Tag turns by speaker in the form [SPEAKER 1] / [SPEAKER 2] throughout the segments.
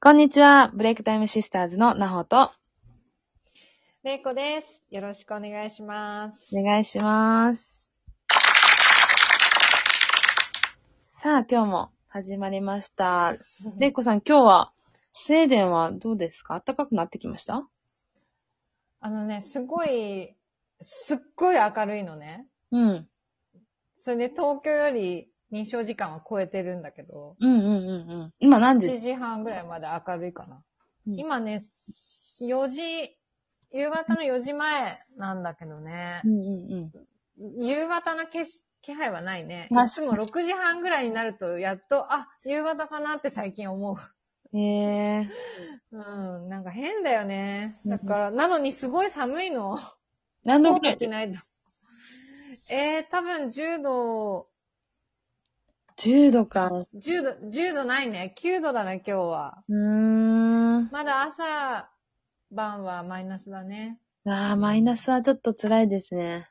[SPEAKER 1] こんにちは。ブレイクタイムシスターズのなほと、
[SPEAKER 2] れいこです。よろしくお願いします。
[SPEAKER 1] お願いします。さあ、今日も始まりました。れいこさん、今日は、スウェーデンはどうですか暖かくなってきました
[SPEAKER 2] あのね、すごい、すっごい明るいのね。
[SPEAKER 1] うん。
[SPEAKER 2] それで東京より日照時間は超えてるんだけど、
[SPEAKER 1] うんうんうんうん。今何時
[SPEAKER 2] ?7 時半ぐらいまで明るいかな。
[SPEAKER 1] うん
[SPEAKER 2] 今ね、4時、夕方の4時前なんだけどね
[SPEAKER 1] う、んうん
[SPEAKER 2] 夕方の気し気配はないね。い
[SPEAKER 1] 確
[SPEAKER 2] つも6時半ぐらいになると、やっと、あ、夕方かなって最近思う。
[SPEAKER 1] うん。えー。
[SPEAKER 2] うん、なんか変だよね。だから、なのにすごい寒いの。
[SPEAKER 1] 何度
[SPEAKER 2] ど
[SPEAKER 1] ぐ
[SPEAKER 2] う
[SPEAKER 1] ら
[SPEAKER 2] か
[SPEAKER 1] い
[SPEAKER 2] 着ないと。えー、多分10度、
[SPEAKER 1] ?10 度か。う
[SPEAKER 2] 10度、10度ないね。9度だね、今日は。
[SPEAKER 1] ーん。
[SPEAKER 2] まだ朝晩はマイナスだね。
[SPEAKER 1] あー、マイナスはちょっと辛いですね。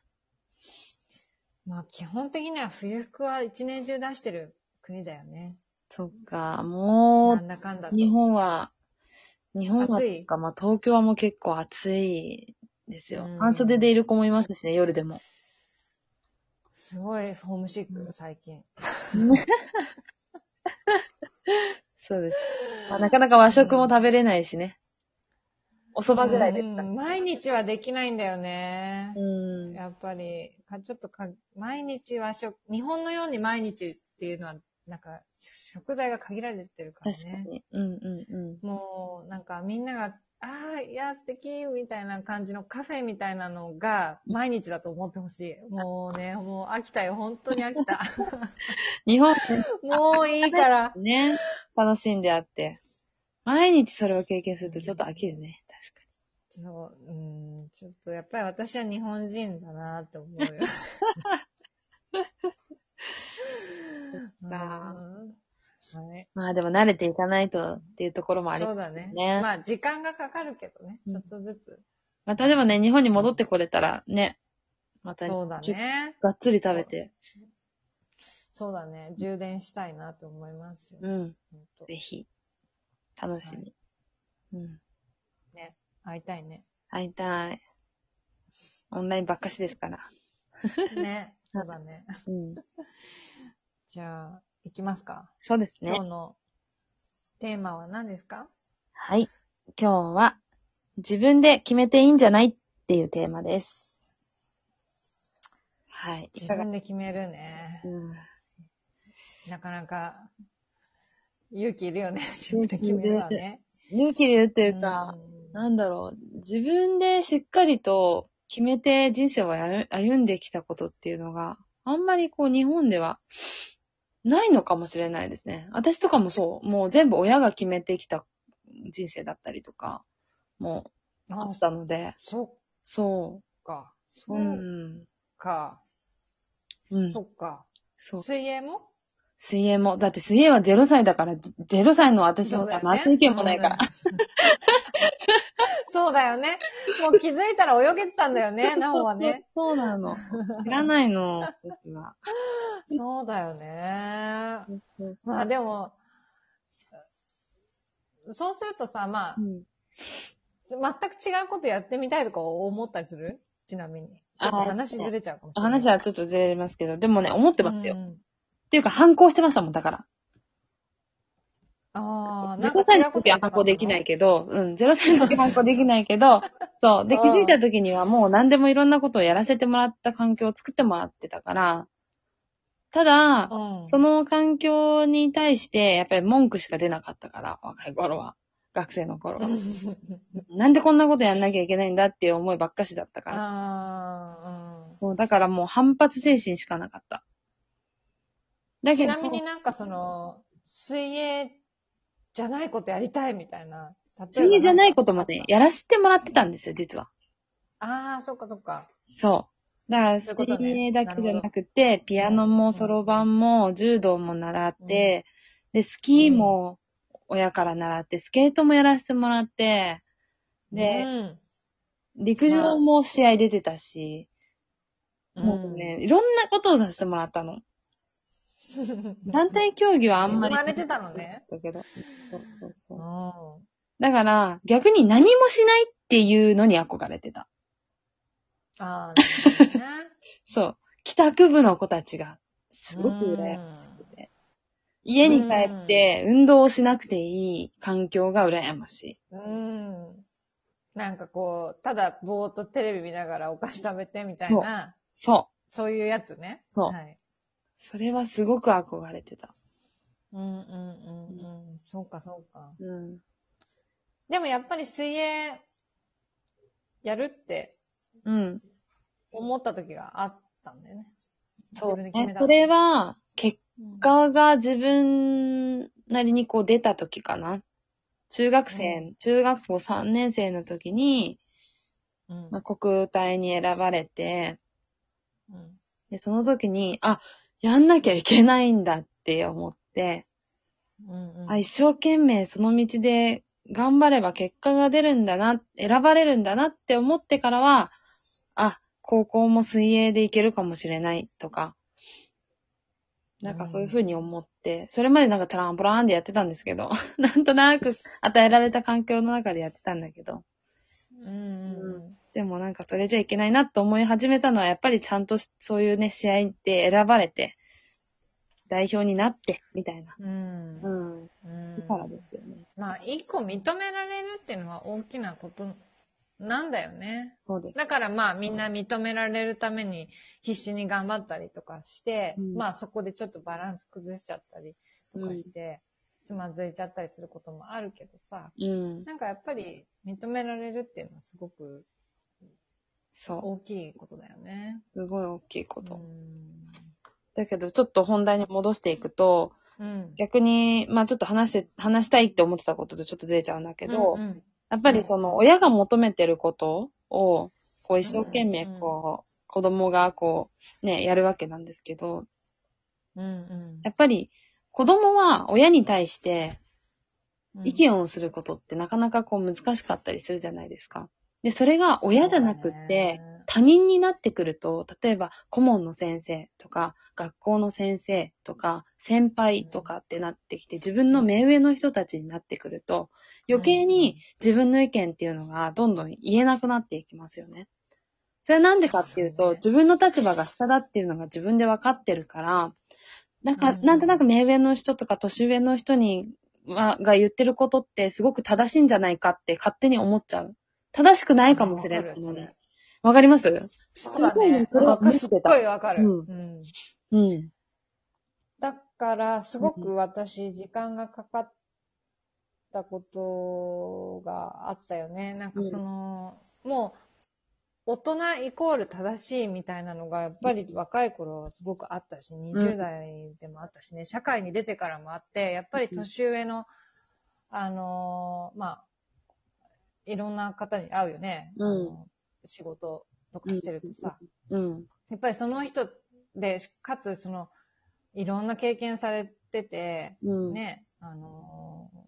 [SPEAKER 2] まあ基本的には冬服は一年中出してる国だよね。
[SPEAKER 1] そっか、もう
[SPEAKER 2] なん、だかんだと。
[SPEAKER 1] 日本は、日本は
[SPEAKER 2] 暑
[SPEAKER 1] と
[SPEAKER 2] い
[SPEAKER 1] いうか、まあ東京はもう結構暑いですよ
[SPEAKER 2] うん。
[SPEAKER 1] 半袖でいる子もいますしね、夜でも。
[SPEAKER 2] すごいホームシック、最近。
[SPEAKER 1] そうです。まあ、なかなか和食も食べれないしね。お蕎麦ぐらいですかね。
[SPEAKER 2] うん毎日はできないんだよね。
[SPEAKER 1] うん。
[SPEAKER 2] やっぱり、かちょっとか、毎日は食、日本のように毎日っていうのは、なんか、食材が限られてるから
[SPEAKER 1] 確か
[SPEAKER 2] ね。
[SPEAKER 1] に。うんうんう
[SPEAKER 2] もう、なんかみんなが、ああ、いや、素敵みたいな感じのカフェみたいなのが、毎日だと思ってほしい。も うね、もう飽きたよ。本当に飽きた。
[SPEAKER 1] ん。日本
[SPEAKER 2] もういいから。
[SPEAKER 1] ね、ね、楽しんであって。毎日それを経験するとちょっと飽きるね。
[SPEAKER 2] そう、うん、ちょっとやっぱり私は日本人だなって思うよ。う
[SPEAKER 1] か確
[SPEAKER 2] んはい。
[SPEAKER 1] かに。まあでも慣れていかないとっていうところもあり
[SPEAKER 2] そうだね。
[SPEAKER 1] ね
[SPEAKER 2] まあ、時間がかかるけどね。
[SPEAKER 1] うん
[SPEAKER 2] ちょっとずつ。
[SPEAKER 1] またでもね、日本に戻ってこれたらね、また、
[SPEAKER 2] そうだね。
[SPEAKER 1] がっつり食べて。
[SPEAKER 2] そうだね。充電したいなと思いますよ。
[SPEAKER 1] うん。
[SPEAKER 2] ほんと
[SPEAKER 1] ぜひ、楽しみ。うん。
[SPEAKER 2] 会いたいね。
[SPEAKER 1] 会いたい。オンラインばっかしですから。
[SPEAKER 2] ね。そうだね。
[SPEAKER 1] うん。
[SPEAKER 2] じゃあ、行きますか。
[SPEAKER 1] そうです
[SPEAKER 2] 今
[SPEAKER 1] ね
[SPEAKER 2] 日。のテーマは何ですか
[SPEAKER 1] はい。今日は、自分で決めていいんじゃないっていうテーマです。はい。い
[SPEAKER 2] 自
[SPEAKER 1] かが
[SPEAKER 2] 分で決めるね。
[SPEAKER 1] うん。
[SPEAKER 2] なかなか、勇気いる よね。自分で決めるわね。
[SPEAKER 1] 勇気でっていうか、
[SPEAKER 2] うん
[SPEAKER 1] なんだろう。自分でしっかりと決めて人生をやる歩んできたことっていうのが、あんまりこう日本ではないのかもしれないですね。私とかもそう。もう全部親が決めてきた人生だったりとか、もうあ
[SPEAKER 2] あ
[SPEAKER 1] っ、たので、
[SPEAKER 2] そ
[SPEAKER 1] そ
[SPEAKER 2] っか。
[SPEAKER 1] う。
[SPEAKER 2] そうっ
[SPEAKER 1] ん。
[SPEAKER 2] か。
[SPEAKER 1] うん
[SPEAKER 2] そ。っか。
[SPEAKER 1] そう。
[SPEAKER 2] 水泳も
[SPEAKER 1] 水泳も、だって水泳は0歳だから、0歳の私
[SPEAKER 2] そ
[SPEAKER 1] も
[SPEAKER 2] うだ
[SPEAKER 1] さ
[SPEAKER 2] よ、ね
[SPEAKER 1] 全く意見もないから。。
[SPEAKER 2] そうだよね。もう気づいたら泳げてたんだよね、なおはね。。
[SPEAKER 1] そうなの。知らないの、私は。
[SPEAKER 2] そうだよね。 まあでも、そうするとさ、まあ
[SPEAKER 1] う、ん
[SPEAKER 2] 全く違うことやってみたいとか思ったりするちなみに。ちょっと
[SPEAKER 1] あ
[SPEAKER 2] 話ずれちゃうかもしれない。
[SPEAKER 1] 話はちょっとずれますけど、でもね、思ってますよ。
[SPEAKER 2] う
[SPEAKER 1] っ
[SPEAKER 2] ん
[SPEAKER 1] ていうか、反抗してましたもん、だから。
[SPEAKER 2] ああ、
[SPEAKER 1] 0歳の時は反抗できないけど、うん、0歳の時は反抗できないけ ど、そう。で、
[SPEAKER 2] う
[SPEAKER 1] 気
[SPEAKER 2] ん
[SPEAKER 1] づいた時にはもう何でもいろんなことをやらせてもらった環境を作ってもらってたから、ただ、
[SPEAKER 2] うん。
[SPEAKER 1] その環境に対して、やっぱり文句しか出なかったから、若い頃は。学生の頃は。なんでこんなことやんなきゃいけないんだっていう思いばっかしだったから。
[SPEAKER 2] あーうん
[SPEAKER 1] そう、だからもう反発精神しかなかった。だけ
[SPEAKER 2] ち
[SPEAKER 1] ど、
[SPEAKER 2] なみになんかその、水泳じゃないことやりたいみたいな。
[SPEAKER 1] 水泳じゃないことも
[SPEAKER 2] ま
[SPEAKER 1] ね
[SPEAKER 2] で、
[SPEAKER 1] やらせてもらってたんですよ、実は。
[SPEAKER 2] ああ、そっかそっか。
[SPEAKER 1] そう。だから、
[SPEAKER 2] そ
[SPEAKER 1] 水
[SPEAKER 2] ういうことね
[SPEAKER 1] 泳だけじゃなくて、ピアノ
[SPEAKER 2] う
[SPEAKER 1] も
[SPEAKER 2] ん
[SPEAKER 1] そろばんも柔道も習って、で、スキーも親から習って、スケートもやらせてもらって、で、
[SPEAKER 2] ね、
[SPEAKER 1] 陸上も試合出てたし、
[SPEAKER 2] うん、
[SPEAKER 1] もうね、いろんなことをさせてもらったの。団体競技はあんまり。
[SPEAKER 2] 生まれてたのね。。
[SPEAKER 1] だけど。そうそう そううんだから、逆に何もしないっていうのに憧れてた。
[SPEAKER 2] ああ、なるほどね。
[SPEAKER 1] そう。帰宅部の子たちが、すごく羨ましくて。家に帰って、運動をしなくていい環境が羨ましい。
[SPEAKER 2] うん。なんかこう、ただぼーっとテレビ見ながらお菓子食べてみたいな、
[SPEAKER 1] そう。
[SPEAKER 2] そういうやつね。
[SPEAKER 1] そう
[SPEAKER 2] はい。
[SPEAKER 1] それはすごく憧れてた。
[SPEAKER 2] うんうんうんうん。そうかそうか。
[SPEAKER 1] うん。
[SPEAKER 2] でもやっぱり水泳、やるって
[SPEAKER 1] うん。
[SPEAKER 2] 思った時があったんだよね。
[SPEAKER 1] そう
[SPEAKER 2] 自分で
[SPEAKER 1] ね
[SPEAKER 2] 決め。た
[SPEAKER 1] それは、結
[SPEAKER 2] うん
[SPEAKER 1] 果が自分なりにこう出た時かな。中学生、
[SPEAKER 2] う
[SPEAKER 1] 中学校3年生の時に、
[SPEAKER 2] うん
[SPEAKER 1] まあ、国体に選ばれて、
[SPEAKER 2] うん
[SPEAKER 1] で、その時に、あ、やんなきゃいけないんだって思って、
[SPEAKER 2] うんうん
[SPEAKER 1] あ、一生懸命その道で頑張れば結果が出るんだな、選ばれるんだなって思ってからは、あ、高校も水泳で行けるかもしれないとか、なんかそういう風に思って、それまでなんかトランポランでやってたんですけど、 なんとなく与えられた環境の中でやってたんだけど、
[SPEAKER 2] うんうん
[SPEAKER 1] でもなんかそれじゃいけないなと思い始めたのは、やっぱりちゃんとしそういうね、試合で選ばれて、代表になって、みたいな。
[SPEAKER 2] うん
[SPEAKER 1] う
[SPEAKER 2] うん
[SPEAKER 1] ん。だからですよね。
[SPEAKER 2] まあ、一個認められるっていうのは大きなことなんだよね。
[SPEAKER 1] そうです。
[SPEAKER 2] だからまあみんな認められるために必死に頑張ったりとかして、
[SPEAKER 1] うん
[SPEAKER 2] まあそこでちょっとバランス崩しちゃったりとかして、つまずいちゃったりすることもあるけどさ、
[SPEAKER 1] うん。
[SPEAKER 2] なんかやっぱり認められるっていうのはすごく
[SPEAKER 1] そう。
[SPEAKER 2] 大きいことだよね。
[SPEAKER 1] すごい大きいこ
[SPEAKER 2] う
[SPEAKER 1] と。
[SPEAKER 2] ん。
[SPEAKER 1] だけど、ちょっと本題に戻していくと、
[SPEAKER 2] うん。
[SPEAKER 1] 逆に、まあちょっと話して、話したいって思ってたこととちょっとずれちゃうんだけど、
[SPEAKER 2] うんうん
[SPEAKER 1] やっぱりその、親が求めてることを、こう一生懸命、こう、子供がこう、ね、やるわけなんですけど、
[SPEAKER 2] うん
[SPEAKER 1] やっぱり、子供は親に対して
[SPEAKER 2] うん。
[SPEAKER 1] 意見をすることってなかなかこう難しかったりするじゃないですか。で、それが親じゃなくって、他人になってくると、例えば顧問の先生とか、学校の先生とか、先輩とかってなってきて、自分の目上の人たちになってくると、余計に自分の意見っていうのがどんどん言えなくなっていきますよね。それはなんでかっていう
[SPEAKER 2] そう
[SPEAKER 1] と、
[SPEAKER 2] ね
[SPEAKER 1] 自分の立場が下だっていうのが自分で分かってるから、なんか、
[SPEAKER 2] うん
[SPEAKER 1] なんとなく目上の人とか年上の人には、が言ってることってすごく正しいんじゃないかって勝手に思っちゃう。正しくないかもしれないの
[SPEAKER 2] わかる
[SPEAKER 1] に。わかります
[SPEAKER 2] そうだ
[SPEAKER 1] すごい
[SPEAKER 2] ね
[SPEAKER 1] ね。それは見
[SPEAKER 2] す
[SPEAKER 1] つ
[SPEAKER 2] っ
[SPEAKER 1] けた
[SPEAKER 2] ごいわかる。
[SPEAKER 1] うん
[SPEAKER 2] うん
[SPEAKER 1] うん。
[SPEAKER 2] だから、すご
[SPEAKER 1] う
[SPEAKER 2] く私、時間がかかったことがあったよね。なんかその、もう、大人イコール正しいみたいなのが、やっぱり若い頃はすごくあったし、20代でもあったしね、社会に出てからもあって、やっぱり年上の、あのーまあ、いろんな方に会うよね。
[SPEAKER 1] うん
[SPEAKER 2] あの仕事とかしてるとさ、
[SPEAKER 1] うん。
[SPEAKER 2] やっぱりその人で、かつその、いろんな経験されてて、
[SPEAKER 1] うん。。
[SPEAKER 2] ね、あのー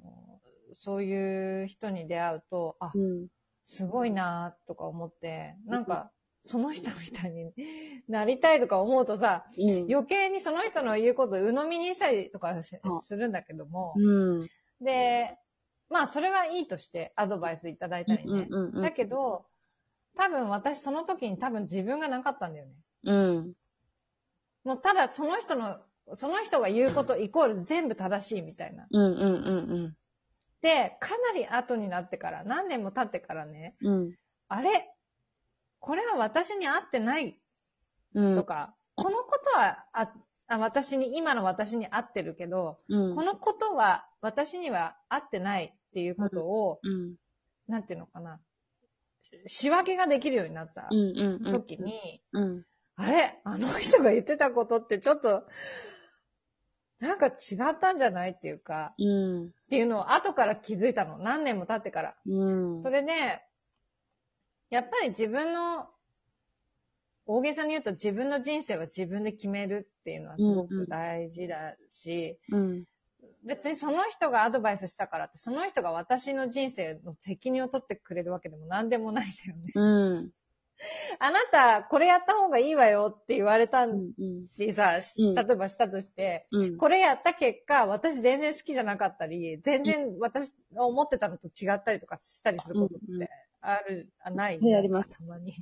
[SPEAKER 2] そういう人に出会うと、あ
[SPEAKER 1] う、ん。
[SPEAKER 2] すごいなーとか思って、なんか、その人みたいに なりたいとか思うとさ、
[SPEAKER 1] うん。
[SPEAKER 2] 余計にその人の言うことを鵜呑みにしたりとかし
[SPEAKER 1] そう
[SPEAKER 2] するんだけども、
[SPEAKER 1] うん。
[SPEAKER 2] で、まあそれはいいとしてアドバイスいただいたりね。
[SPEAKER 1] うん。うん。
[SPEAKER 2] だけど、多分私その時に多分自分がなかったんだよね。
[SPEAKER 1] うん。
[SPEAKER 2] もうただその人の、その人が言うことイコール全部正しいみたいな。
[SPEAKER 1] うん。うん。うん。
[SPEAKER 2] で、かなり後になってから、何年も経ってからね、
[SPEAKER 1] うん。
[SPEAKER 2] あれこれは私に合ってない
[SPEAKER 1] うん。
[SPEAKER 2] とか、このことはああ、私に、今の私に合ってるけど、
[SPEAKER 1] うん。
[SPEAKER 2] このことは私には合ってないっていうことを、
[SPEAKER 1] うん。
[SPEAKER 2] なんていうのかな、し仕分けができるようになった
[SPEAKER 1] うん。うん。うん。
[SPEAKER 2] 時に、
[SPEAKER 1] うん。
[SPEAKER 2] あれ あの人が言ってたことってちょっと、なんか違ったんじゃないっていうか、
[SPEAKER 1] うん。
[SPEAKER 2] っていうのを後から気づいたの。何年も経ってから。
[SPEAKER 1] うん。
[SPEAKER 2] それで、やっぱり自分の、大げさに言うと自分の人生は自分で決めるっていうのはすご
[SPEAKER 1] うんう
[SPEAKER 2] く
[SPEAKER 1] ん
[SPEAKER 2] 大事だし、
[SPEAKER 1] うん。
[SPEAKER 2] 別にその人がアドバイスしたからって、その人が私の人生の責任を取ってくれるわけでも何でもないんだよね。
[SPEAKER 1] うん。
[SPEAKER 2] あなた、これやった方がいいわよって言われたん
[SPEAKER 1] うん。
[SPEAKER 2] でさ、
[SPEAKER 1] うん
[SPEAKER 2] 例えばしたとして、
[SPEAKER 1] うん。
[SPEAKER 2] これやった結果、私全然好きじゃなかったり、全然私が思ってたのと違ったりとかしたりすること
[SPEAKER 1] うん
[SPEAKER 2] っ
[SPEAKER 1] うん
[SPEAKER 2] てある、あない
[SPEAKER 1] はいあります
[SPEAKER 2] たまに。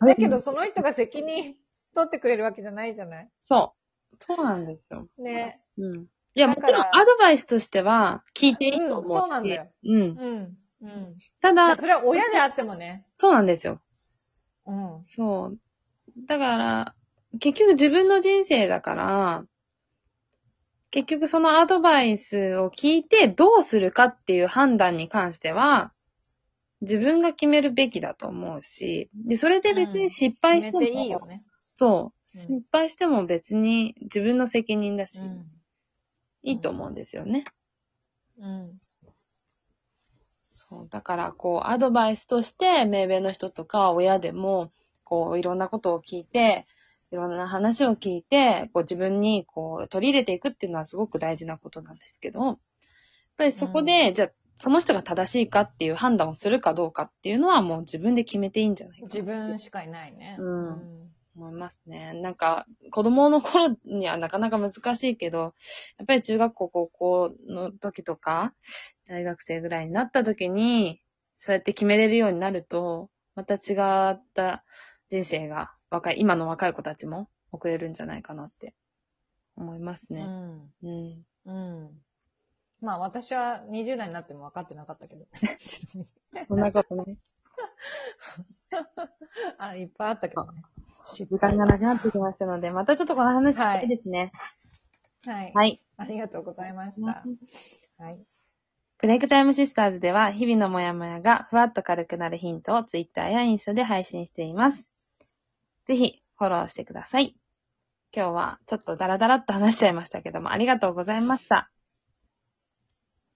[SPEAKER 1] だ
[SPEAKER 2] だけど、その人が責任取ってくれるわけじゃないじゃない
[SPEAKER 1] そう。そうなんですよ。
[SPEAKER 2] ね。
[SPEAKER 1] うん。いや、も
[SPEAKER 2] だ
[SPEAKER 1] ち
[SPEAKER 2] か
[SPEAKER 1] ろ
[SPEAKER 2] ら
[SPEAKER 1] んアドバイスとしては聞いていいと思う、
[SPEAKER 2] うんそうなんだよ。
[SPEAKER 1] うん。
[SPEAKER 2] うん。うん。
[SPEAKER 1] た
[SPEAKER 2] まあ
[SPEAKER 1] だ、
[SPEAKER 2] それは親であってもね。
[SPEAKER 1] そうなんですよ。
[SPEAKER 2] うん。
[SPEAKER 1] そう。だから、結局自分の人生だから、結局そのアドバイスを聞いてどうするかっていう判断に関しては、自分が決めるべきだと思うし、で、それで別
[SPEAKER 2] う
[SPEAKER 1] に
[SPEAKER 2] ん
[SPEAKER 1] 失敗
[SPEAKER 2] 決
[SPEAKER 1] して
[SPEAKER 2] め
[SPEAKER 1] も、
[SPEAKER 2] ていいよね。
[SPEAKER 1] そう。
[SPEAKER 2] う
[SPEAKER 1] 失
[SPEAKER 2] ん
[SPEAKER 1] 敗しても別に自分の責任だし、
[SPEAKER 2] うん。
[SPEAKER 1] いいと思うんですよね。
[SPEAKER 2] うん。
[SPEAKER 1] そう、だから、こう、アドバイスとして、名弁の人とか、親でも、こう、いろんなことを聞いて、いろんな話を聞いて、こう、自分に、こう、取り入れていくっていうのはすごく大事なことなんですけど、やっぱりそこで、じゃあ、その人が正しいかっていう判断をするかどうかっていうのは、もう自分で決めていいんじゃないか
[SPEAKER 2] 自分しかいないね。
[SPEAKER 1] うんと思いますね。なんか、子供の頃にはなかなか難しいけど、やっぱり中学校、高校の時とか、大学生ぐらいになった時に、そうやって決めれるようになると、また違った人生が、若い、今の若い子たちも送れるんじゃないかなって思います
[SPEAKER 2] う
[SPEAKER 1] ね。
[SPEAKER 2] ん。
[SPEAKER 1] うん。
[SPEAKER 2] うん。まあ私は20代になっても分かってなかった けど。ちなみに
[SPEAKER 1] そんなことね。
[SPEAKER 2] あ、いっぱいあったけどね。
[SPEAKER 1] 時間がなくなってきましたので、またちょっとこの話したいですね。
[SPEAKER 2] はい。
[SPEAKER 1] はい。
[SPEAKER 2] ありがとうございました。はい。
[SPEAKER 1] ブレイクタイムシスターズでは日々のモヤモヤがふわっと軽くなるヒントをツイッターやインスタで配信しています。ぜひフォローしてください。今日はちょっとダラダラっと話しちゃいましたけどもありがとうございました。